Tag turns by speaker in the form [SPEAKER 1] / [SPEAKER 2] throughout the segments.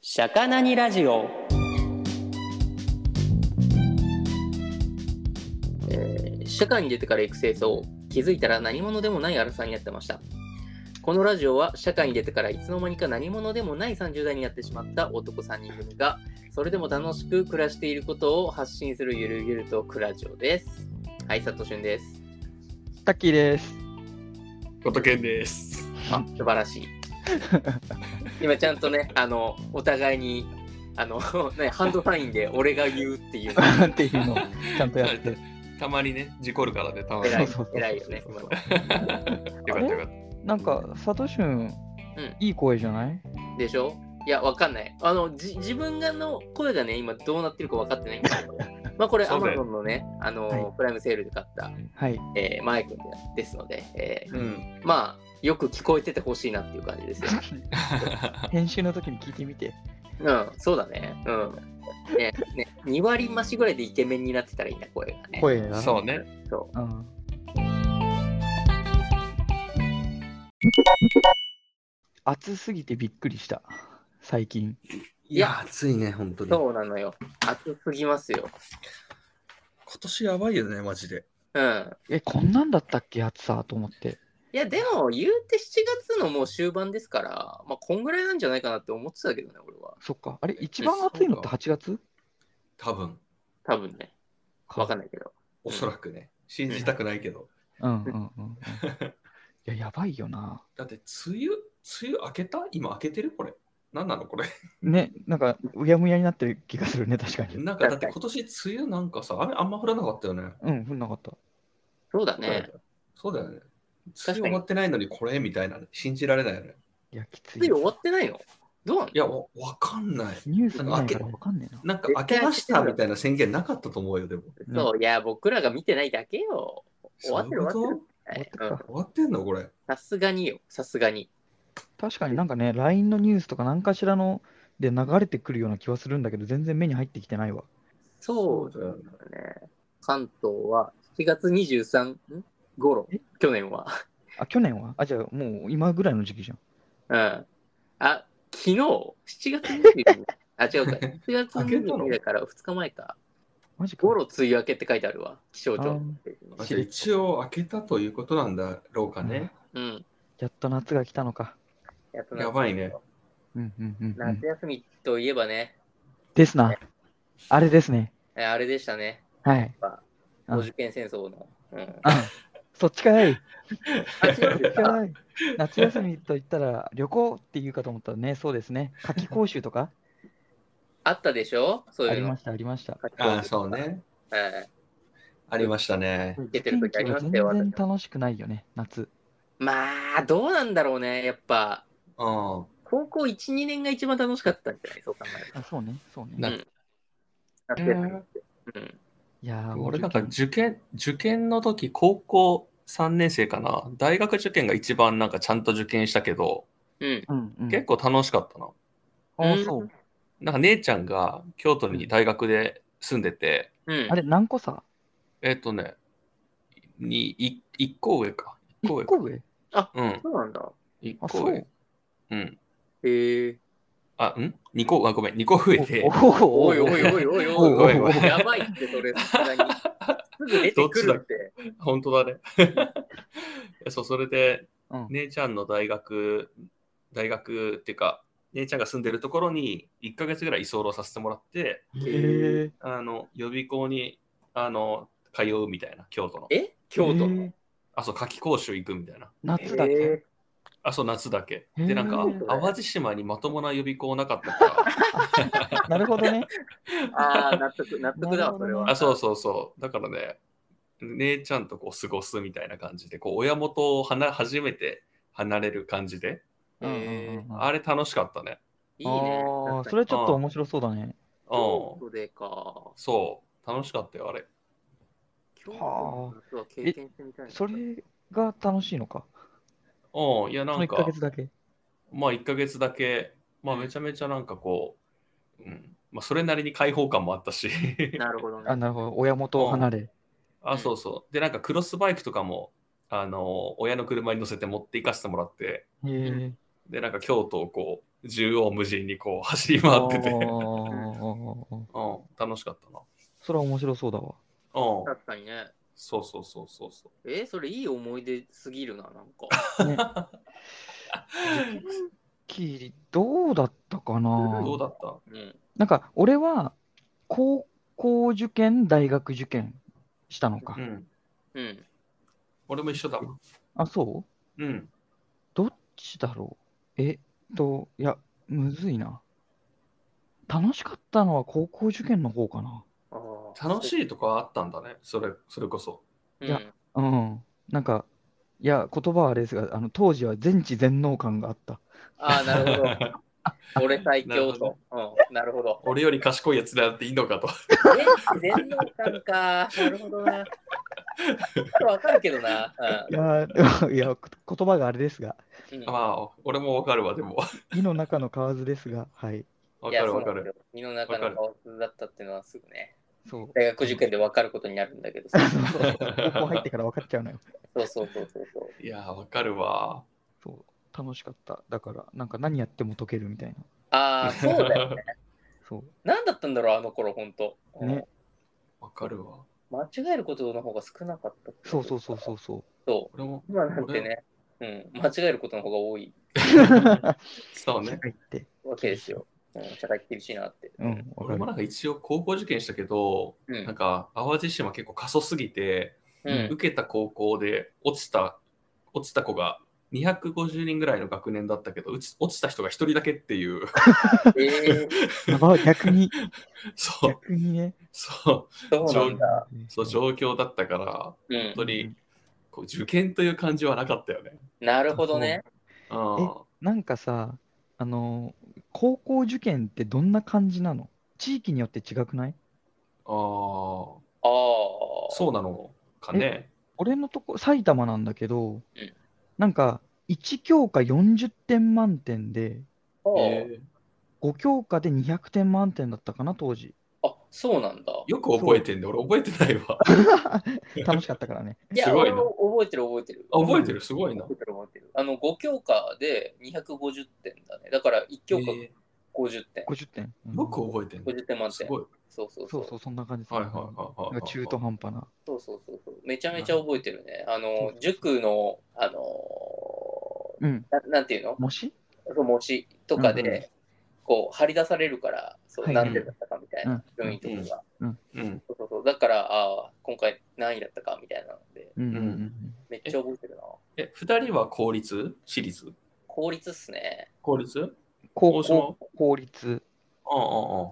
[SPEAKER 1] シャカナニラジオ。
[SPEAKER 2] えー社会に出てから育成層気づいたら何者でもない荒さになってましたこのラジオは社会に出てからいつの間にか何者でもない30代になってしまった男3人組がそれでも楽しく暮らしていることを発信するゆるゆるとクラジオですはい佐藤俊です
[SPEAKER 3] タッキーです。
[SPEAKER 4] ことけんです。
[SPEAKER 2] あ素晴ら しい今ちゃんとねあのお互いにあの、 ね、ハンドサインで俺が言うっていうの
[SPEAKER 3] っていうのをちゃんとやって。
[SPEAKER 4] たまにね、事故るからね、たまに。
[SPEAKER 2] 偉
[SPEAKER 4] よ
[SPEAKER 2] い
[SPEAKER 4] か
[SPEAKER 3] そうそうそう
[SPEAKER 2] 偉いよね今の
[SPEAKER 4] ったよか っ
[SPEAKER 3] なんか、サトシュン、
[SPEAKER 2] ん
[SPEAKER 3] いい声じゃない
[SPEAKER 2] でしょいや、わかんない。あの、じ自分がの声がね、今どうなってるか分かってないんだけ ど、まあこれ、ア
[SPEAKER 4] そう
[SPEAKER 2] マ
[SPEAKER 4] だ
[SPEAKER 2] ゾ
[SPEAKER 4] よ
[SPEAKER 2] ンのね、あの、
[SPEAKER 3] はい
[SPEAKER 2] プライムセールで買った、
[SPEAKER 3] はい。
[SPEAKER 2] えーマイクですので、え
[SPEAKER 4] た。うん。
[SPEAKER 2] ーまあ、よく聞こえててほしいなっていう感じです よ。
[SPEAKER 3] 編集の時に聞いてみて。
[SPEAKER 2] うん、そうだね。うん。ね、ね2割増しぐらいでイケメンになってたらいいな、声がね。
[SPEAKER 3] 声が。
[SPEAKER 4] そうね。
[SPEAKER 2] そう
[SPEAKER 3] うん。暑すぎてびっくりした。最近。
[SPEAKER 2] いや、
[SPEAKER 5] 暑いね、本当に。今
[SPEAKER 2] そうなのよ。熱すぎますよ。
[SPEAKER 5] 年やばいよね、マジで。
[SPEAKER 2] うん。
[SPEAKER 3] え、こんなんだったっけ暑さと思って。
[SPEAKER 2] いや、でも、言うて7月のもう終盤ですから、まあ、こんぐらいなんじゃないかなって思ってたけどね、俺は。
[SPEAKER 3] そっか。あれ、一番暑いのって8月
[SPEAKER 5] 多分、
[SPEAKER 2] 多分ね。
[SPEAKER 3] か
[SPEAKER 2] わかんないけど。
[SPEAKER 5] おそらくね。信じたくないけど。
[SPEAKER 3] うんうんうん うん。いや、やばいよな。
[SPEAKER 5] だって、梅雨、梅雨明けた今明けてるこれ。何なのこれ。
[SPEAKER 3] ね、なんか、うやむやになってる気がするね、確かに。
[SPEAKER 5] なんか、だって今年梅雨なんかさ、雨あんま降らなかったよね。
[SPEAKER 3] うん、降んなかった。
[SPEAKER 2] そうだね。
[SPEAKER 5] そうだよね。
[SPEAKER 2] か
[SPEAKER 5] 梅
[SPEAKER 2] に
[SPEAKER 5] 雨終わってないのにこれみたいな。信じられないよね。
[SPEAKER 3] いや、きつい
[SPEAKER 2] つい。終わってないのどうない
[SPEAKER 5] や、わわかんない。
[SPEAKER 3] ニュース見ないからわかんねえな。
[SPEAKER 5] なんか、明けましたみたいな宣言なかったと思うよ、でも。
[SPEAKER 2] のそう、いや、僕らが見てないだけよ。終わってる
[SPEAKER 5] そういうこ
[SPEAKER 2] はい
[SPEAKER 3] 終わっ
[SPEAKER 5] と終わってんのこれ。
[SPEAKER 2] さすがによ、さすがに。
[SPEAKER 3] 確かになんかね、LINE のニュースとか何かしらので流れてくるような気はするんだけど、全然目に入ってきてないわ。
[SPEAKER 2] そう
[SPEAKER 5] だよね。
[SPEAKER 2] だね。関東は7月23頃
[SPEAKER 3] え、
[SPEAKER 2] 去年は。
[SPEAKER 3] あ、去年はあ、じゃあもう今ぐらいの時期じゃん。
[SPEAKER 2] うん。あ、昨日、7月22日。あ、違うか。7月
[SPEAKER 5] 明けた
[SPEAKER 2] 22
[SPEAKER 5] の
[SPEAKER 2] 日だから2日前か。
[SPEAKER 3] マジか。
[SPEAKER 2] 頃梅雨明けって書いてあるわ。気象庁のページに
[SPEAKER 5] あじゃあ一応開けたということなんだろうかね。
[SPEAKER 2] うん。
[SPEAKER 3] やっと夏が来たのか。
[SPEAKER 2] やっと夏
[SPEAKER 5] やばいね。
[SPEAKER 3] うんうんうん、うん
[SPEAKER 2] 夏。休みといえばね、
[SPEAKER 3] ですな。あれですね。
[SPEAKER 2] えあれでしたね。
[SPEAKER 3] はい。あ
[SPEAKER 2] お受験戦争の。うん。
[SPEAKER 3] あそっちかい。
[SPEAKER 2] あ違うん
[SPEAKER 3] そ
[SPEAKER 2] です
[SPEAKER 3] っち
[SPEAKER 2] か
[SPEAKER 3] かい。夏休みと言ったら旅行っていうかと思ったらね、そうですね。夏季講習と か
[SPEAKER 2] あったでしょそう
[SPEAKER 3] あ
[SPEAKER 2] い
[SPEAKER 3] り
[SPEAKER 2] うの
[SPEAKER 3] ま。した、ありました。
[SPEAKER 5] ああ、そうね。
[SPEAKER 2] はい
[SPEAKER 5] ありましたね。
[SPEAKER 2] 出てる時ありましたよ、
[SPEAKER 3] 天気は全
[SPEAKER 2] 私
[SPEAKER 3] 然楽しくないよね、夏。
[SPEAKER 2] まあ、どうなんだろうね。やっぱ、
[SPEAKER 5] うん。
[SPEAKER 2] 高校1、2年が一番楽しかったんじゃないそう考えると
[SPEAKER 3] あ、そうね、そうね。
[SPEAKER 5] な
[SPEAKER 2] 夏休みって。うん。
[SPEAKER 3] いやー、もう
[SPEAKER 4] 俺なんか
[SPEAKER 3] 受験
[SPEAKER 4] 受験、受験の時、高校3年生かな。大学受験が一番なんかちゃんと受験したけど、
[SPEAKER 2] うん。
[SPEAKER 3] うんうん、
[SPEAKER 4] 結構楽しかったな。
[SPEAKER 3] あーそう。
[SPEAKER 4] なんか姉ちゃんが京都に大学で住んでて、
[SPEAKER 2] うん。
[SPEAKER 3] あれ、何個さ
[SPEAKER 4] えっ、とね、に、い一個上か。一個上
[SPEAKER 3] ?1
[SPEAKER 4] か。
[SPEAKER 3] 個上
[SPEAKER 4] うん。
[SPEAKER 2] そうなんだ。
[SPEAKER 4] 一
[SPEAKER 3] あ、
[SPEAKER 4] 個
[SPEAKER 3] そ
[SPEAKER 4] 上
[SPEAKER 3] う。。
[SPEAKER 4] うん。
[SPEAKER 2] へえ。
[SPEAKER 4] あ、ん二個、あ、ごめん、二個増えて。
[SPEAKER 2] お
[SPEAKER 3] お
[SPEAKER 2] いおいおいおい
[SPEAKER 3] おい
[SPEAKER 2] お
[SPEAKER 3] お
[SPEAKER 2] い
[SPEAKER 3] い
[SPEAKER 2] お
[SPEAKER 3] おい
[SPEAKER 2] い。やばいって、それ、さすがに。すぐ出てくるって。
[SPEAKER 4] 本当だね。 いやそう、それで、
[SPEAKER 3] うん
[SPEAKER 4] 姉ちゃんの大学、大学っていうか、姉ちゃんが住んでるところに1ヶ月ぐらい居候させてもらって、
[SPEAKER 3] へえ。
[SPEAKER 4] あの予備校にあの通うみたいな、京都の。
[SPEAKER 2] え京都の
[SPEAKER 3] へー。
[SPEAKER 4] あ、そう、夏季講習行くみたいな。
[SPEAKER 3] 夏だけ。
[SPEAKER 4] あ、そう、夏だけ。
[SPEAKER 3] へー
[SPEAKER 4] で、なんか、淡路島にまともな予備校なかっ たから、
[SPEAKER 3] なるほ どね。
[SPEAKER 2] ああ、納得、納得だわ、それは。
[SPEAKER 4] あ、そうそうそう。だからね、姉ちゃんとこう過ごすみたいな感じで、こう親元を離初めて離れる感じで、
[SPEAKER 3] うんうん
[SPEAKER 2] へ
[SPEAKER 3] うんうん
[SPEAKER 4] あれ楽しかったね。
[SPEAKER 2] いいね。
[SPEAKER 3] あ
[SPEAKER 2] 確か
[SPEAKER 3] ー
[SPEAKER 2] に
[SPEAKER 3] それちょっと面白そうだね。
[SPEAKER 4] うん
[SPEAKER 2] 京。都でか。
[SPEAKER 4] そう、楽しかったよ、あれ。
[SPEAKER 2] 京都の夏は経験してみたいな。
[SPEAKER 3] それが楽しいのか。
[SPEAKER 4] うん、いや、な
[SPEAKER 3] その1
[SPEAKER 4] ん
[SPEAKER 3] ヶ
[SPEAKER 4] か、
[SPEAKER 3] 月だけ。
[SPEAKER 4] まあ、1ヶ月だけ、まあ、めちゃめちゃなんかこう、うん、まあ、それなりに開放感もあった し、
[SPEAKER 2] なるほどね。
[SPEAKER 3] あ、なるほど。親元を離れ。
[SPEAKER 4] あ、そうそう。で、なんかクロスバイクとかも、あの、親の車に乗せて持って行かせてもらって、
[SPEAKER 3] へえ。
[SPEAKER 4] で、なんか京都をこう、縦横無尽にこう走り回ってて、うん、
[SPEAKER 3] ー
[SPEAKER 4] 楽しかったな。
[SPEAKER 3] それは面白そう だわ。
[SPEAKER 4] うん、
[SPEAKER 2] 確かにね。
[SPEAKER 4] そうそうそうそうそう。
[SPEAKER 2] えーそれいい思い出すぎるな、なんか。
[SPEAKER 3] キーリ、どうだったかな
[SPEAKER 4] どうだった
[SPEAKER 2] うん。
[SPEAKER 3] なんか、俺は、高校受験、大学受験したのか。
[SPEAKER 4] うん。
[SPEAKER 2] うん。
[SPEAKER 4] 俺も一緒だわ。
[SPEAKER 3] あ、そう
[SPEAKER 4] うん。
[SPEAKER 3] どっちだろうえっと、いや、むずいな。楽しかったのは高校受験の方かな。
[SPEAKER 4] 楽しいとかあったんだね。それ、それこそ。
[SPEAKER 2] い
[SPEAKER 3] いやうん。なんか、いや、言葉はあれですが、あの当時は全知全能感があった。
[SPEAKER 2] ああ、なるほど。 俺最強と。うん、なるほど。
[SPEAKER 4] 俺より賢いやつだっていいのかと。
[SPEAKER 2] え、全能感か。なるほどな。ちょっとわかるけどな。
[SPEAKER 3] いや、 でもいや、言葉があれですが、
[SPEAKER 2] うん。うん
[SPEAKER 4] まあ、俺もわかるわ、でも。
[SPEAKER 3] 井の中の蛙ですが、はい。
[SPEAKER 4] わ
[SPEAKER 2] い
[SPEAKER 4] か
[SPEAKER 2] や
[SPEAKER 4] る
[SPEAKER 2] そう
[SPEAKER 4] わ
[SPEAKER 2] な
[SPEAKER 4] か
[SPEAKER 2] んです
[SPEAKER 4] る。
[SPEAKER 2] よ身の中の顔だったっていうのはすぐね。
[SPEAKER 3] そう。
[SPEAKER 2] 大学受験でわかることになるんだけど さ。
[SPEAKER 3] そうそうそう高校入ってから分かっちゃうのよ。
[SPEAKER 2] そうそうそうそうそう。
[SPEAKER 4] いやー、わかるわ。
[SPEAKER 3] そう。楽しかった。だから、なんか何やっても解けるみたいな。
[SPEAKER 2] ああ、そうだよね。
[SPEAKER 3] そう。
[SPEAKER 2] なんだったんだろう、あの頃、ほんと。
[SPEAKER 3] ね
[SPEAKER 4] わかるわ。
[SPEAKER 2] 間違えることの方が少なかった。
[SPEAKER 3] そうそうそうそう そう。
[SPEAKER 2] そう。
[SPEAKER 4] 俺も、
[SPEAKER 2] 今なんてね、うん、間違えることの方が多い
[SPEAKER 4] そう
[SPEAKER 3] 社
[SPEAKER 4] ね。
[SPEAKER 3] 会って。
[SPEAKER 2] わけですよ。うん、社会厳しいなって。
[SPEAKER 3] うん、わか
[SPEAKER 4] 俺
[SPEAKER 3] る
[SPEAKER 4] も。なんか一応高校受験したけど、
[SPEAKER 2] う
[SPEAKER 4] なん
[SPEAKER 2] ん。
[SPEAKER 4] か淡路島結構過疎すぎて、
[SPEAKER 2] うん。
[SPEAKER 4] 受けた高校で落ちた、落ちた子が250人ぐらいの学年だったけど、うち落ちた人が一人だけっていう、
[SPEAKER 2] えー、
[SPEAKER 3] やばい逆に、
[SPEAKER 4] そう、
[SPEAKER 3] 逆にね。
[SPEAKER 4] そう、
[SPEAKER 2] そうなん だ。
[SPEAKER 4] そう状況だったから、
[SPEAKER 2] う
[SPEAKER 4] 本当
[SPEAKER 2] ん。
[SPEAKER 4] にこう受験という感じはなかったよね。
[SPEAKER 2] なるほどね。
[SPEAKER 4] あ
[SPEAKER 3] なんかさ、あのー、高校受験ってどんな感じなの地域によって違くない
[SPEAKER 4] あー、
[SPEAKER 2] ああ。
[SPEAKER 4] そうなのかね。
[SPEAKER 3] 俺のとこ、埼玉なんだけど
[SPEAKER 2] うん、
[SPEAKER 3] なんか、1教科40点満点で、
[SPEAKER 2] あー、
[SPEAKER 4] え
[SPEAKER 3] 5教科で200点満点だったかな、当時。
[SPEAKER 2] あ、そうなんだ。
[SPEAKER 4] ーよく覚えてんで、俺覚えてない わ。
[SPEAKER 3] 楽しかったから ね。
[SPEAKER 2] いや、
[SPEAKER 4] すごいな
[SPEAKER 2] 俺も覚えてる覚えてる。
[SPEAKER 4] あ覚えてる、すごいな
[SPEAKER 2] 覚え。てる覚えてる。あの、5教科で250点だね。だから1教科
[SPEAKER 4] え
[SPEAKER 2] 50点。
[SPEAKER 3] 50点。うん
[SPEAKER 4] ーよく覚えてんね
[SPEAKER 2] 50点満
[SPEAKER 4] す
[SPEAKER 2] 点。
[SPEAKER 4] ごい。
[SPEAKER 2] そうそうそ
[SPEAKER 3] そうう。そう、そんな感じ。
[SPEAKER 4] はいはいはいはい
[SPEAKER 3] なん
[SPEAKER 4] は
[SPEAKER 3] か
[SPEAKER 4] い。
[SPEAKER 3] 中途半端な。
[SPEAKER 2] そうそうそうそう。めちゃめちゃ覚えてるね。あの、塾の、あの
[SPEAKER 3] うん。
[SPEAKER 2] ーな、なんていうの
[SPEAKER 3] もし
[SPEAKER 2] そう模試とか
[SPEAKER 4] うんうん
[SPEAKER 2] で、こう、張り出されるから、そう、
[SPEAKER 3] はい
[SPEAKER 2] 何点だったかみたいな、
[SPEAKER 3] うん
[SPEAKER 2] 順位とかが。
[SPEAKER 4] うん。
[SPEAKER 2] そうそうそう。だから、ああ、今回何位だったかみたいなので、
[SPEAKER 3] うんうんう。
[SPEAKER 4] うん
[SPEAKER 2] めっちゃ覚えてるな。
[SPEAKER 4] え、二人は公立私立
[SPEAKER 2] 公立っすね。
[SPEAKER 4] 公立うんうん
[SPEAKER 3] 高
[SPEAKER 4] 大島
[SPEAKER 3] 校、公立。
[SPEAKER 4] うんうん。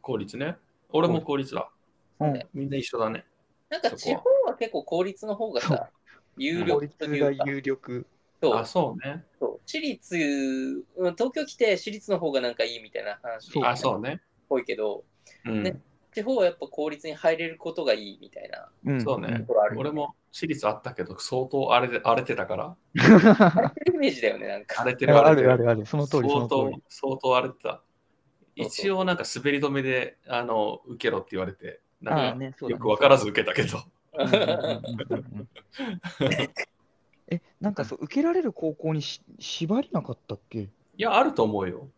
[SPEAKER 4] 公立ね。俺も公立だ。
[SPEAKER 3] うん
[SPEAKER 2] ね
[SPEAKER 4] みんな一緒だね。
[SPEAKER 2] なんか
[SPEAKER 4] そこは
[SPEAKER 2] 地方は結構公立の方がさ、有
[SPEAKER 3] 公
[SPEAKER 2] 力
[SPEAKER 3] 立
[SPEAKER 2] というか
[SPEAKER 3] が、有力。
[SPEAKER 2] そう
[SPEAKER 4] あ、そうね。
[SPEAKER 2] そう私立、うん東京来て私立の方がなんかいいみたいな話
[SPEAKER 3] そう
[SPEAKER 4] あ、そうね。
[SPEAKER 2] っぽいけど、
[SPEAKER 4] うん。
[SPEAKER 2] ね地方はやっぱ公立に入れることがいいみたいな
[SPEAKER 3] うん
[SPEAKER 4] そうね
[SPEAKER 2] ところある。
[SPEAKER 4] 俺も私立あったけど、相当荒れ荒れてたから。
[SPEAKER 2] 荒れてるイメージだよね、なんか。
[SPEAKER 4] 荒れて
[SPEAKER 3] い
[SPEAKER 4] る
[SPEAKER 3] やあ
[SPEAKER 4] 荒れて
[SPEAKER 3] るあ
[SPEAKER 4] る。
[SPEAKER 3] るある、その通り、そ
[SPEAKER 4] 相
[SPEAKER 3] の通
[SPEAKER 4] 当
[SPEAKER 3] り。、
[SPEAKER 4] 相当荒れてた。
[SPEAKER 2] そう
[SPEAKER 4] 一応なんか滑り止めで、あの、受けろって言われて、
[SPEAKER 3] ああ
[SPEAKER 4] なんか、
[SPEAKER 3] ね、そうだ
[SPEAKER 4] よ
[SPEAKER 3] ね
[SPEAKER 4] くわからず受けたけど。
[SPEAKER 3] うんうんうんうんうんえ、なんかそう、受けられる高校にし縛りなかったっけ
[SPEAKER 4] いや、あると思うよ。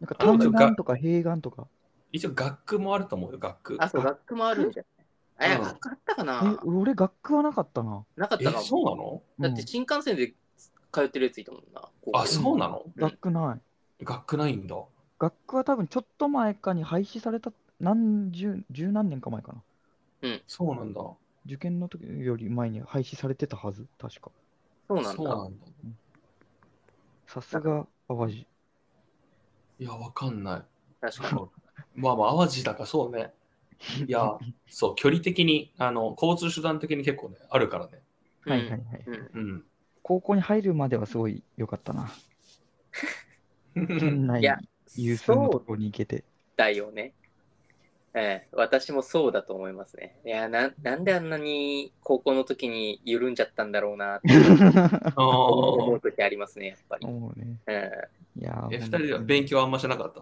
[SPEAKER 3] なんか
[SPEAKER 4] あの
[SPEAKER 3] 単眼とか併眼とか。
[SPEAKER 4] 一応、学区もあると思うよ、学区。
[SPEAKER 2] あ、そう、学区もあるんじゃないえ、
[SPEAKER 4] うん
[SPEAKER 2] 学区あったかな
[SPEAKER 3] え、俺、学区はなかったな。
[SPEAKER 2] なかっ
[SPEAKER 4] え
[SPEAKER 2] たかも。
[SPEAKER 4] そうなの
[SPEAKER 2] だって新幹線で通ってるやついたもんな。
[SPEAKER 4] あ、そうなの
[SPEAKER 3] 学区ない。
[SPEAKER 4] 学区ないんだ。
[SPEAKER 3] 学区は多分ちょっと前かに廃止された、何十、十何年か前かな。
[SPEAKER 4] そうなんだ。
[SPEAKER 3] 受験の時より前に廃止されてたはず、確か。
[SPEAKER 2] そうなん
[SPEAKER 4] そう
[SPEAKER 2] だ。
[SPEAKER 4] なんだ。
[SPEAKER 3] さすが淡路。
[SPEAKER 4] いや、わかんない。
[SPEAKER 2] 確かに。
[SPEAKER 4] まあまあ、淡路だからそうね。いや、そう、距離的に、あの、交通手段的に結構ね、あるからね。
[SPEAKER 3] はいはいはい。
[SPEAKER 2] うん。
[SPEAKER 4] うん。
[SPEAKER 3] 高校に入るまではすごい良かったな。
[SPEAKER 4] うん
[SPEAKER 3] 県内
[SPEAKER 2] いや
[SPEAKER 3] 有数のと
[SPEAKER 2] そう
[SPEAKER 3] ころに行けて。
[SPEAKER 2] だよね。ええ、私もそうだと思いますね。いやな、なんであんなに高校の時に緩んじゃったんだろうなって思う時ありますね、やっぱり。
[SPEAKER 3] 思うね。
[SPEAKER 2] え
[SPEAKER 3] いやー
[SPEAKER 4] え、二人で勉強あんましなかっ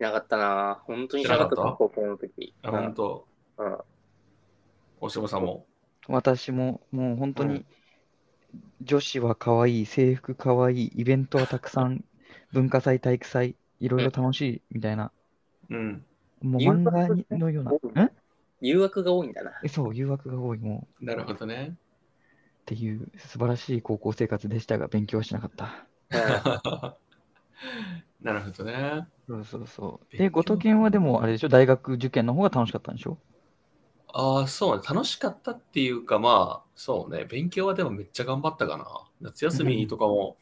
[SPEAKER 2] え、なかったな。本当にしなかった
[SPEAKER 4] しなかった
[SPEAKER 2] 高校の時。
[SPEAKER 4] た本当。
[SPEAKER 2] うんうん
[SPEAKER 4] 大島さんも。
[SPEAKER 3] 私ももう本当
[SPEAKER 4] う
[SPEAKER 3] に女子は可愛い、制服可愛い、イベントはたくさん、文化祭、体育祭、いろいろ楽しいみたいな、
[SPEAKER 4] うん。
[SPEAKER 3] もう
[SPEAKER 2] 誘
[SPEAKER 3] 漫
[SPEAKER 2] 惑
[SPEAKER 3] 画
[SPEAKER 2] として
[SPEAKER 3] のような、
[SPEAKER 2] うん
[SPEAKER 3] ん
[SPEAKER 2] 誘惑が多いんだ な。
[SPEAKER 3] えそう、誘惑が多いもう
[SPEAKER 4] なるほどね。
[SPEAKER 3] っ ていう素晴らしい高校生活でしたが、勉強はしなかった。
[SPEAKER 4] なるほどね。
[SPEAKER 3] そうそうそう。
[SPEAKER 4] 勉
[SPEAKER 3] で、後
[SPEAKER 4] 強
[SPEAKER 3] 藤健はでもあれでしょ、大学受験の方が楽しかったんでしょ
[SPEAKER 4] ああ、そうね。楽しかったっていうか、まあ、そうね。勉強はでもめっちゃ頑張ったかな。夏休みとかも、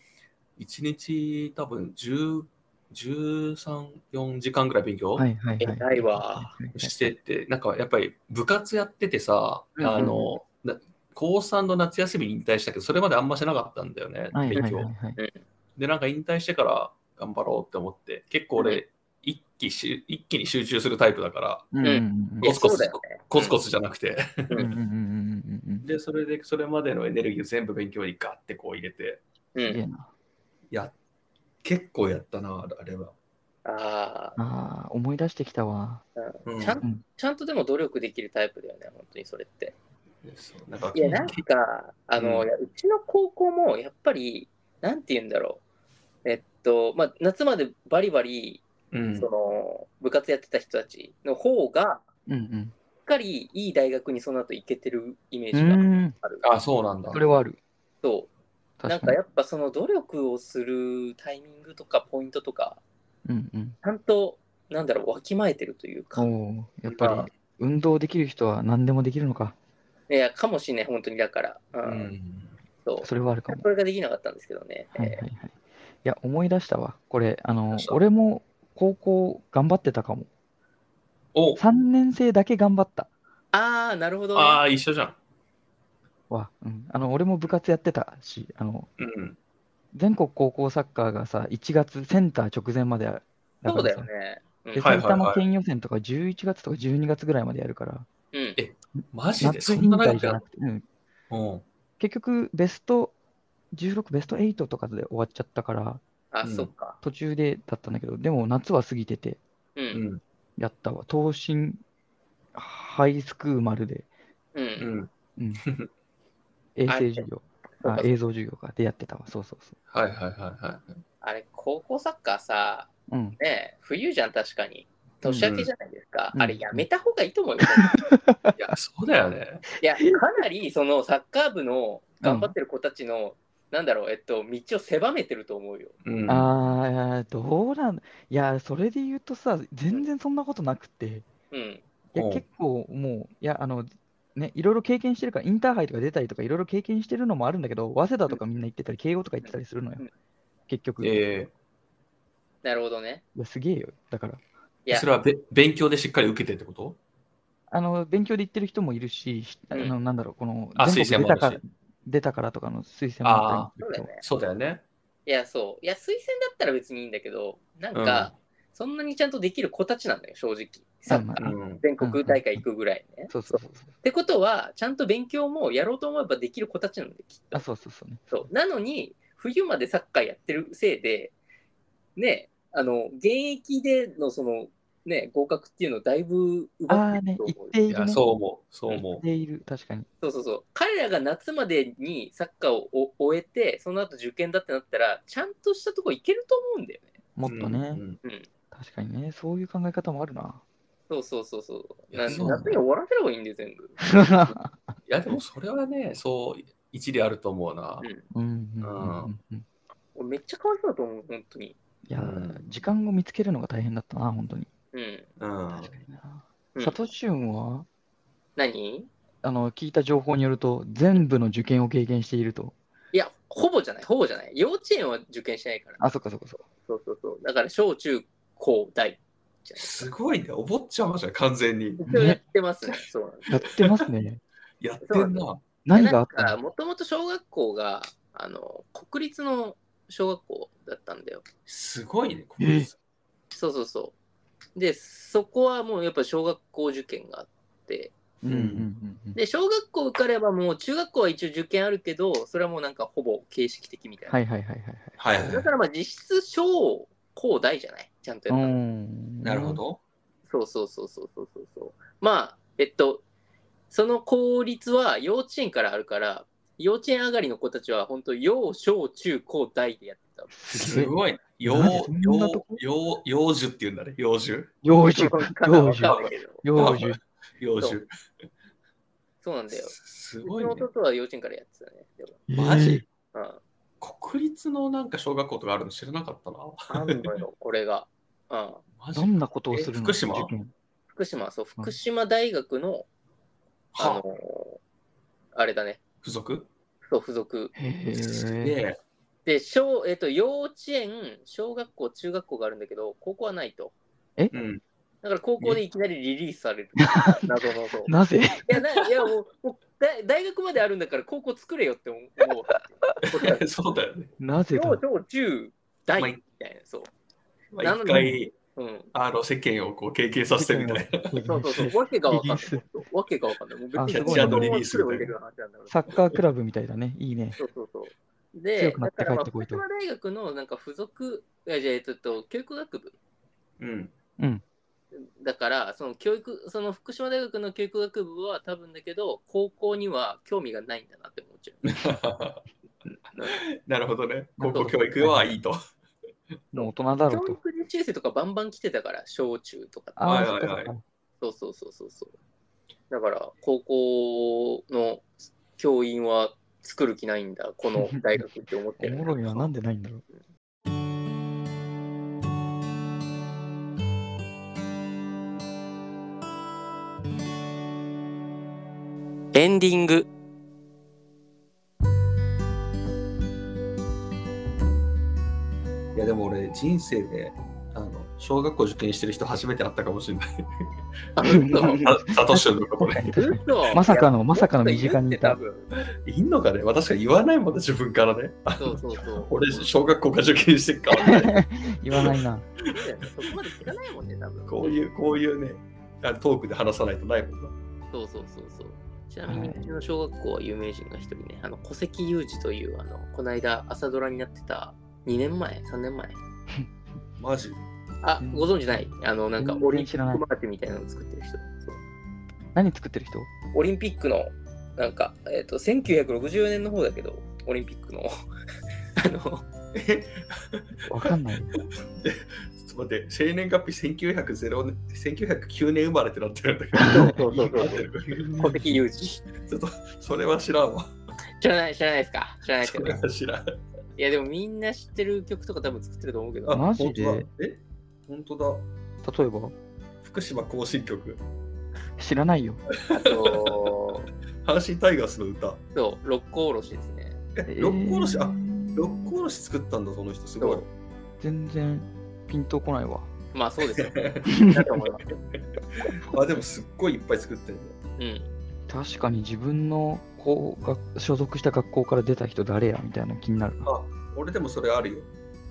[SPEAKER 4] 1日多分10 13、4時間ぐらい勉強
[SPEAKER 3] はいはいはい。
[SPEAKER 2] 偉いわ
[SPEAKER 3] はいはいはい
[SPEAKER 4] してて、なんかやっぱり部活やっててさ、
[SPEAKER 2] うんうん
[SPEAKER 4] あの、な高3の夏休みに引退したけど、それまであんましなかったんだよね、
[SPEAKER 3] はい
[SPEAKER 4] 勉
[SPEAKER 3] はい
[SPEAKER 4] 強。
[SPEAKER 3] はいはい。
[SPEAKER 4] で、なんか引退してから頑張ろうって思って、結構
[SPEAKER 2] う
[SPEAKER 4] 俺、一気し一気に集中するタイプだから、
[SPEAKER 3] うんうん
[SPEAKER 2] え
[SPEAKER 4] コツコ
[SPEAKER 2] そう
[SPEAKER 4] ツ
[SPEAKER 2] だよね。
[SPEAKER 4] コツコツじゃなくて。
[SPEAKER 3] うんうんうんうんうんうん
[SPEAKER 4] で、それで、それまでのエネルギーを全部勉強にガッてこう入れて、
[SPEAKER 2] う
[SPEAKER 3] うん。い
[SPEAKER 2] ん。
[SPEAKER 3] いな。
[SPEAKER 4] や、結構やったな、あれは。
[SPEAKER 2] ああ、
[SPEAKER 3] ああ、思い出してきたわ。
[SPEAKER 4] うん
[SPEAKER 2] ちゃ
[SPEAKER 3] うん
[SPEAKER 2] んちゃんとでも努力できるタイプだよね、本当にそれって。
[SPEAKER 4] そうなんか
[SPEAKER 2] いや、なんか、あの、
[SPEAKER 4] う
[SPEAKER 2] うんいやうちの高校もやっぱり、なんて言うんだろう。えっと、まあ、夏までバリバリ、
[SPEAKER 4] うん
[SPEAKER 2] その、部活やってた人たちの方が、
[SPEAKER 3] うん
[SPEAKER 2] しっかりいい大学にその後行けてるイメー
[SPEAKER 3] うん。う
[SPEAKER 2] ジが
[SPEAKER 3] ん。
[SPEAKER 2] ある。
[SPEAKER 4] あ、そうなんだ
[SPEAKER 3] そ。れはある。
[SPEAKER 2] そう。
[SPEAKER 3] 確か
[SPEAKER 2] なん
[SPEAKER 3] に
[SPEAKER 2] かやっぱその努力をするタイミングとかポイントとか、
[SPEAKER 3] うんうん。
[SPEAKER 2] ちゃんと、なんだろう、わきまえてるというか、
[SPEAKER 3] おーやっぱり運動できる人は何でもできるのか。
[SPEAKER 2] いや、かもしれない、本当にだから。う。
[SPEAKER 4] うんん。
[SPEAKER 2] そう。
[SPEAKER 3] それはあるかも。
[SPEAKER 2] これができなかったんですけどね。
[SPEAKER 3] はいはい
[SPEAKER 2] え
[SPEAKER 3] は
[SPEAKER 2] ー
[SPEAKER 3] い。いや、思い出したわ。これ、あ
[SPEAKER 4] 思い
[SPEAKER 3] の
[SPEAKER 4] 出し、た
[SPEAKER 3] 俺も高校頑張ってたかも。
[SPEAKER 4] お
[SPEAKER 3] 3年生だけ頑張った。
[SPEAKER 2] ああ、なるほど、ね。
[SPEAKER 4] ああ、一緒じゃん。
[SPEAKER 3] わ、うん。あの、俺も部活やってたし、あの、
[SPEAKER 4] うん。
[SPEAKER 3] 全国高校サッカーがさ、1月センター直前まであるから
[SPEAKER 2] そうだよ
[SPEAKER 3] さ。
[SPEAKER 2] ね。うん
[SPEAKER 3] で、
[SPEAKER 4] はい
[SPEAKER 3] 埼玉県予選とか11月とか12月ぐらいまでやるから、
[SPEAKER 2] うん
[SPEAKER 4] えマジで
[SPEAKER 3] 夏
[SPEAKER 4] そ
[SPEAKER 3] 委員
[SPEAKER 4] んな
[SPEAKER 3] 会
[SPEAKER 4] 長
[SPEAKER 3] じ
[SPEAKER 4] く
[SPEAKER 3] ゃ
[SPEAKER 4] や
[SPEAKER 3] な
[SPEAKER 4] る
[SPEAKER 3] くて、うん、
[SPEAKER 4] うん。
[SPEAKER 3] 結局ベスト16、ベスト8とかで終わっちゃったから、
[SPEAKER 2] あ、
[SPEAKER 4] うん
[SPEAKER 2] そっか。
[SPEAKER 3] 途中でだったんだけど、でも夏は過ぎてて、
[SPEAKER 2] う。
[SPEAKER 4] うんん。
[SPEAKER 3] やったわ。東進ハイスクーマルで
[SPEAKER 2] うん。
[SPEAKER 4] うん。
[SPEAKER 3] 衛星授業、
[SPEAKER 2] そう
[SPEAKER 3] あ
[SPEAKER 2] か
[SPEAKER 3] 映像授業かでやってたわ。そうそうそ
[SPEAKER 4] はいはいはいはい。
[SPEAKER 2] あれ、高校サッカーさ、
[SPEAKER 3] う。うん。
[SPEAKER 2] ねえ、冬じゃん、確かに。年明けじゃないですか。
[SPEAKER 3] うん
[SPEAKER 2] あれ、やめた方がいいと思います。
[SPEAKER 4] いや、そうだよね。
[SPEAKER 2] いや、かなり、その、サッカー部の頑張ってる子たちの、なんだろう、えっと、道を狭めてると思うよ。
[SPEAKER 4] うん。
[SPEAKER 3] ああ、どうなんいや、それで言うとさ、全然そんなことなくて、
[SPEAKER 2] うん。
[SPEAKER 3] いや、
[SPEAKER 4] うん
[SPEAKER 3] 結構もう、いや、あの、ね、いろいろ経験してるから、インターハイとか出たりとか、いろいろ経験してるのもあるんだけど、早稲田とかみんな行ってたり、慶応とか行ってたりするのよ
[SPEAKER 2] うん。
[SPEAKER 3] 結局。い
[SPEAKER 4] え
[SPEAKER 2] なるほどね。
[SPEAKER 3] や、すげえよ。だから、
[SPEAKER 2] い
[SPEAKER 4] え
[SPEAKER 2] や
[SPEAKER 4] そ、れはべ勉強でしっかり受けてってこと
[SPEAKER 3] あの、勉強で行ってる人もいるし、あ
[SPEAKER 2] うん
[SPEAKER 3] の、なんだろう、この、
[SPEAKER 4] あ、
[SPEAKER 3] 全
[SPEAKER 4] 推
[SPEAKER 3] 国出
[SPEAKER 4] 薦もあ
[SPEAKER 3] た
[SPEAKER 4] る
[SPEAKER 3] から
[SPEAKER 4] し、。
[SPEAKER 3] 出たからとかの推薦もあったり
[SPEAKER 2] そう
[SPEAKER 3] も
[SPEAKER 2] だよ
[SPEAKER 3] するけど
[SPEAKER 2] ね。
[SPEAKER 4] そうだよね。
[SPEAKER 2] いや、そう。いや、推薦だったら別にいいんだけど、なん
[SPEAKER 4] うん。
[SPEAKER 2] か、そんなにちゃんとできる子たちなんだよ、正直。サッカー、
[SPEAKER 3] まあ
[SPEAKER 4] うん
[SPEAKER 2] 全国大会行くぐらいね。
[SPEAKER 3] そうそうそうそう。
[SPEAKER 2] ってことは、ちゃんと勉強もやろうと思えばできる子たちなんで、きっ
[SPEAKER 3] あ、
[SPEAKER 2] と。
[SPEAKER 3] そうそうそうね。
[SPEAKER 2] そうなのに、冬までサッカーやってるせいで、ね、あの、現役でのその、ね、合格っていうのをだいぶ奪
[SPEAKER 3] あ
[SPEAKER 2] っ
[SPEAKER 3] あ
[SPEAKER 2] て
[SPEAKER 3] ね
[SPEAKER 2] ると、
[SPEAKER 3] 行
[SPEAKER 2] 思
[SPEAKER 3] っ
[SPEAKER 2] う。
[SPEAKER 3] てい
[SPEAKER 4] い
[SPEAKER 3] る
[SPEAKER 4] や、
[SPEAKER 3] ね。
[SPEAKER 4] そう思う。そう
[SPEAKER 3] 行
[SPEAKER 4] 思
[SPEAKER 3] っている、確かに。
[SPEAKER 2] そうそうそう。彼らが夏までにサッカーをお終えて、その後受験だってなったら、ちゃんとしたとこ行けると思うんだよね。
[SPEAKER 4] う。
[SPEAKER 3] もっと
[SPEAKER 4] う
[SPEAKER 3] ね
[SPEAKER 4] ん。うん
[SPEAKER 2] うん。
[SPEAKER 3] 確かにね、そういう考え方もあるな。
[SPEAKER 2] そうそうそうそう。
[SPEAKER 4] いや
[SPEAKER 2] な
[SPEAKER 4] そうなんだ
[SPEAKER 2] 夏に終わらせればいいんで、全 部。
[SPEAKER 4] いや、でもそれはね、そう、一理あると 思うな。
[SPEAKER 3] うんうんうんうんうん
[SPEAKER 2] 俺めっちゃかわいそうだと思う、本当に。
[SPEAKER 3] いやー、
[SPEAKER 4] うん
[SPEAKER 3] 時間を見つけるのが大変だったな、本当に。
[SPEAKER 2] うん。
[SPEAKER 4] うん。
[SPEAKER 3] かにな。
[SPEAKER 2] うん
[SPEAKER 3] サトシュンは、
[SPEAKER 2] 何
[SPEAKER 3] あの、聞いた情報によると、全部の受験を経験していると。
[SPEAKER 2] いや、ほぼじゃない、ほぼじゃない。幼稚園は受験してないから。
[SPEAKER 3] あ、そっかそっかそっか。
[SPEAKER 2] そうそうそう。だから、小中高大。
[SPEAKER 4] すごいね。お坊ちゃまじゃん、完全に。
[SPEAKER 2] 一応やってますね。そうなんです。
[SPEAKER 3] やってます ね。
[SPEAKER 4] やってん
[SPEAKER 2] そ
[SPEAKER 4] な。
[SPEAKER 3] 何があった
[SPEAKER 2] なんか、
[SPEAKER 3] の
[SPEAKER 2] もともと小学校が、あの、国立の小学校だったんだよ。
[SPEAKER 4] すごいね。こ
[SPEAKER 3] え
[SPEAKER 2] そうそうそう。で、そこはもうやっぱ小学校受験があって、
[SPEAKER 3] うんうんうんうん。
[SPEAKER 2] で、小学校受かればもう中学校は一応受験あるけど、それはもうなんかほぼ形式的みたいな。
[SPEAKER 3] はいはいはいはいはい。
[SPEAKER 4] はい。
[SPEAKER 2] だからまあ実質小高大じゃないちゃんとや
[SPEAKER 3] う
[SPEAKER 2] ったら
[SPEAKER 3] ん。
[SPEAKER 4] なるほ。ど。
[SPEAKER 2] そうそうそうそうそうそうそうまあえっとその公立は幼稚園からあるから幼稚園上がりの子たちは本当幼小中高大でやってた
[SPEAKER 3] す
[SPEAKER 4] す
[SPEAKER 3] げえ。
[SPEAKER 4] ごい。幼
[SPEAKER 3] なんでそんなとこ
[SPEAKER 4] 幼幼児っていうんだね。幼児
[SPEAKER 3] 幼 児、
[SPEAKER 2] わかんない
[SPEAKER 3] 幼
[SPEAKER 2] わ
[SPEAKER 3] 児、
[SPEAKER 2] かんないけど
[SPEAKER 3] 幼児。
[SPEAKER 4] 幼
[SPEAKER 2] そ
[SPEAKER 4] 児
[SPEAKER 2] う。そうなんだよ。
[SPEAKER 4] す
[SPEAKER 2] う
[SPEAKER 4] ご
[SPEAKER 2] ち
[SPEAKER 4] い
[SPEAKER 2] の
[SPEAKER 4] ね。
[SPEAKER 2] 弟は幼稚園からやってたね。でも
[SPEAKER 4] マジ
[SPEAKER 2] うん
[SPEAKER 4] 国立のなんか小学校とかあるの知らなかったな。
[SPEAKER 2] あんのよ、これが。うん、
[SPEAKER 4] マジ
[SPEAKER 3] どんなことをするの
[SPEAKER 4] え福島
[SPEAKER 3] 受験
[SPEAKER 2] 福島、そう、福島大学の、あの
[SPEAKER 4] は
[SPEAKER 2] ーあれだね、
[SPEAKER 4] 付属
[SPEAKER 2] そう、付属。
[SPEAKER 3] へ
[SPEAKER 4] すげ
[SPEAKER 3] え。
[SPEAKER 4] え。
[SPEAKER 2] で、小、えっと、幼稚園、小学校、中学校があるんだけど、高校はないと。
[SPEAKER 4] うん。
[SPEAKER 2] だから高校でいきなりリリースされる。謎のそう。
[SPEAKER 3] なぜ
[SPEAKER 2] いや、ないやもうもう大、大学まであるんだから高校作れよって思う。もう
[SPEAKER 4] そうだよね。
[SPEAKER 3] なぜだ
[SPEAKER 2] 小、小、中、大みたいな、そう。
[SPEAKER 4] ま
[SPEAKER 2] な
[SPEAKER 4] あ
[SPEAKER 2] の
[SPEAKER 4] 一
[SPEAKER 2] に
[SPEAKER 4] 回、
[SPEAKER 2] うん。
[SPEAKER 4] あの、世間をこう経験させてみたいな。
[SPEAKER 2] そうそうそう。わけがわかんな
[SPEAKER 3] リリー
[SPEAKER 2] い。わけがわかんない。もう別
[SPEAKER 3] あ
[SPEAKER 2] に
[SPEAKER 3] すごい
[SPEAKER 2] 子供を作ればいいだけの話なんだから
[SPEAKER 3] サッカークラブみたいだね。いいね。
[SPEAKER 2] そうそうそう。で
[SPEAKER 3] 強、くな
[SPEAKER 2] だ
[SPEAKER 3] って
[SPEAKER 2] から、まあ、
[SPEAKER 3] 帰ってこ
[SPEAKER 2] 福
[SPEAKER 3] いと
[SPEAKER 2] 島大学のなんか附属、いやじゃあえっと、教育学部
[SPEAKER 4] うん。
[SPEAKER 2] だから、その教育、その福島大学の教育学部は多分だけど、高校には興味がないんだなって思っちゃう。
[SPEAKER 4] なるほどね。高校教育はいいと。
[SPEAKER 3] もう大人だろう
[SPEAKER 2] 教
[SPEAKER 3] と。
[SPEAKER 2] 育実習生とかバンバン来てたから、小中とか。
[SPEAKER 3] あ
[SPEAKER 4] は
[SPEAKER 3] あ、
[SPEAKER 4] い
[SPEAKER 3] そ
[SPEAKER 4] は
[SPEAKER 3] っ
[SPEAKER 4] い
[SPEAKER 3] か
[SPEAKER 4] は
[SPEAKER 3] そ
[SPEAKER 4] い
[SPEAKER 3] っか。
[SPEAKER 2] そうそうそうそうそう。だから、高校の教員は作る気ないんだ、この大学って思って
[SPEAKER 3] お
[SPEAKER 2] る。
[SPEAKER 3] もろいな。なんでないんだろう。
[SPEAKER 2] エンディング。
[SPEAKER 4] いや、でも俺、人生で、あの、小学校受験してる人初めて会ったかもしれない。あサトシのとこで。
[SPEAKER 2] 嘘
[SPEAKER 3] まさかのまさかの身近にいた。
[SPEAKER 2] いやもっと言って
[SPEAKER 4] いいのかね私が言わないもんね、自分からね。
[SPEAKER 2] 多分 そうそうそう。
[SPEAKER 4] 俺、小学校が受験してるから、 ね、
[SPEAKER 3] 言わないな。
[SPEAKER 2] そこまで聞かないもんね、多分。
[SPEAKER 4] こういう、こういうね、あのトークで話さないとないもんな。
[SPEAKER 2] そうそうそうそう。ちなみに、
[SPEAKER 3] はいう
[SPEAKER 2] ちの小学校は有名人が一人ね、あの、戸籍裕二という、あの、この間朝ドラになってた2年前、3年前。
[SPEAKER 4] マジ
[SPEAKER 2] あ
[SPEAKER 3] う、ん
[SPEAKER 2] ご存知ないあの、なんか
[SPEAKER 3] 全然
[SPEAKER 2] オリンピ
[SPEAKER 3] 知らな
[SPEAKER 2] ッ
[SPEAKER 3] い
[SPEAKER 2] クマーチみたいなの作ってる人。そう
[SPEAKER 3] 何作ってる人
[SPEAKER 2] オリンピックの、なんか、えっ、と、1964年の方だけど、オリンピックの、 あの、
[SPEAKER 3] わかんない。
[SPEAKER 4] ちょっと待って、生年月日1900年1909年生まれってなってるんだけ
[SPEAKER 2] そうそう
[SPEAKER 4] ど、
[SPEAKER 2] そ
[SPEAKER 4] 合
[SPEAKER 2] う
[SPEAKER 4] っ
[SPEAKER 2] そ
[SPEAKER 4] て
[SPEAKER 2] う。
[SPEAKER 4] る
[SPEAKER 2] 戸籍裕二。
[SPEAKER 4] それは知らんわ。
[SPEAKER 2] 知らない、知らないですか知らないです
[SPEAKER 4] そ
[SPEAKER 2] よ
[SPEAKER 4] れ
[SPEAKER 2] ね。
[SPEAKER 4] は知らん。
[SPEAKER 2] いや、でもみんな知ってる曲とか多分作ってると思うけど。
[SPEAKER 4] あ
[SPEAKER 3] マジで
[SPEAKER 4] 本当だえ本当だ。
[SPEAKER 3] 例えば
[SPEAKER 4] 福島行進曲、
[SPEAKER 3] 知らないよ。
[SPEAKER 2] あと、
[SPEAKER 4] 阪神タイガースの歌。
[SPEAKER 2] そう、六甲おろしですね。
[SPEAKER 4] え、
[SPEAKER 3] えー
[SPEAKER 4] 六甲おろし、あ、六甲おろし作ったんだ、その人、すごい
[SPEAKER 2] そ。
[SPEAKER 3] 全然ピンとこないわ。
[SPEAKER 2] まあそう ですよね。だと思いますよ。
[SPEAKER 4] あ、でもすっごいいっぱい作ってる
[SPEAKER 2] う
[SPEAKER 4] ね。
[SPEAKER 2] ん。
[SPEAKER 3] 確かに自分のこうが所属した学校から出た人誰やみたいな気になるな。
[SPEAKER 4] 俺でもそれあるよ。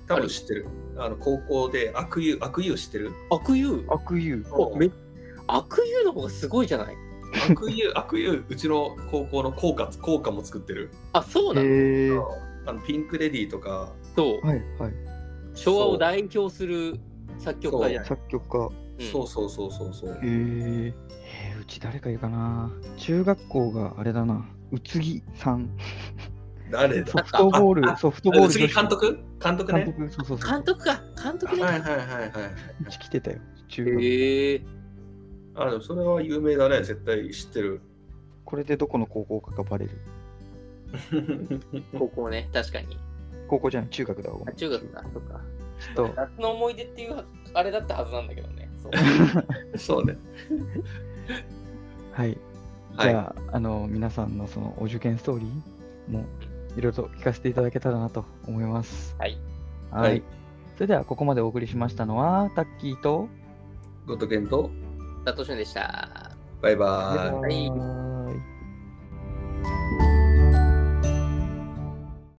[SPEAKER 4] 多
[SPEAKER 2] あ
[SPEAKER 4] 分
[SPEAKER 2] る
[SPEAKER 4] 知ってる。あの高校で悪友、悪友知ってる
[SPEAKER 2] 悪友
[SPEAKER 3] 悪友。
[SPEAKER 2] おめ悪友の方がすごいじゃない
[SPEAKER 4] 悪友、悪友、うちの高校の校歌、校歌も作ってる。
[SPEAKER 2] あ、そうなの、
[SPEAKER 3] へえ。は
[SPEAKER 4] あのピンクレディーとか、
[SPEAKER 2] そう。
[SPEAKER 3] いはい。
[SPEAKER 2] 昭和を代表する作曲家じゃない
[SPEAKER 3] 作曲家。
[SPEAKER 2] うん
[SPEAKER 4] そうそうそうそうそう
[SPEAKER 3] へ。え。えー、うち誰かいるかな。中学校があれだな。宇津木さん。
[SPEAKER 4] 誰だ
[SPEAKER 3] ソフトボー
[SPEAKER 4] ああ
[SPEAKER 3] ル、ソフト
[SPEAKER 4] あ
[SPEAKER 3] ボール。
[SPEAKER 4] 次監督監督
[SPEAKER 3] 監
[SPEAKER 4] ね。
[SPEAKER 3] 督、そうそうそう。
[SPEAKER 2] 監督か。監督
[SPEAKER 4] は
[SPEAKER 2] ね。
[SPEAKER 4] いはいはいはい。
[SPEAKER 3] うち来てたよ。中学。
[SPEAKER 2] へえ
[SPEAKER 4] あ、でもそれは有名だね。絶対知ってる。
[SPEAKER 3] これでどこの高校かがバレる。
[SPEAKER 2] 高校ね、確かに。
[SPEAKER 3] 高校じゃない、中学だわ。ごめ
[SPEAKER 2] あ
[SPEAKER 3] ん
[SPEAKER 2] 中学か、そっか。
[SPEAKER 3] ちょっと。
[SPEAKER 2] 夏の思い出っていうあれだったはずなんだけどね。 そう
[SPEAKER 4] そうね。
[SPEAKER 3] はい。
[SPEAKER 4] はい
[SPEAKER 3] じゃあ、あの、皆さんのそのお受験ストーリーもいろいろと聞かせていただけたらなと思います。
[SPEAKER 2] はい。
[SPEAKER 3] はい。
[SPEAKER 4] はい
[SPEAKER 3] それでは、ここまでお送りしましたのは、タッキーと、
[SPEAKER 4] ごとけんと、
[SPEAKER 2] サトシュンでした。
[SPEAKER 4] バイバーイ。
[SPEAKER 2] い
[SPEAKER 3] バイバーイ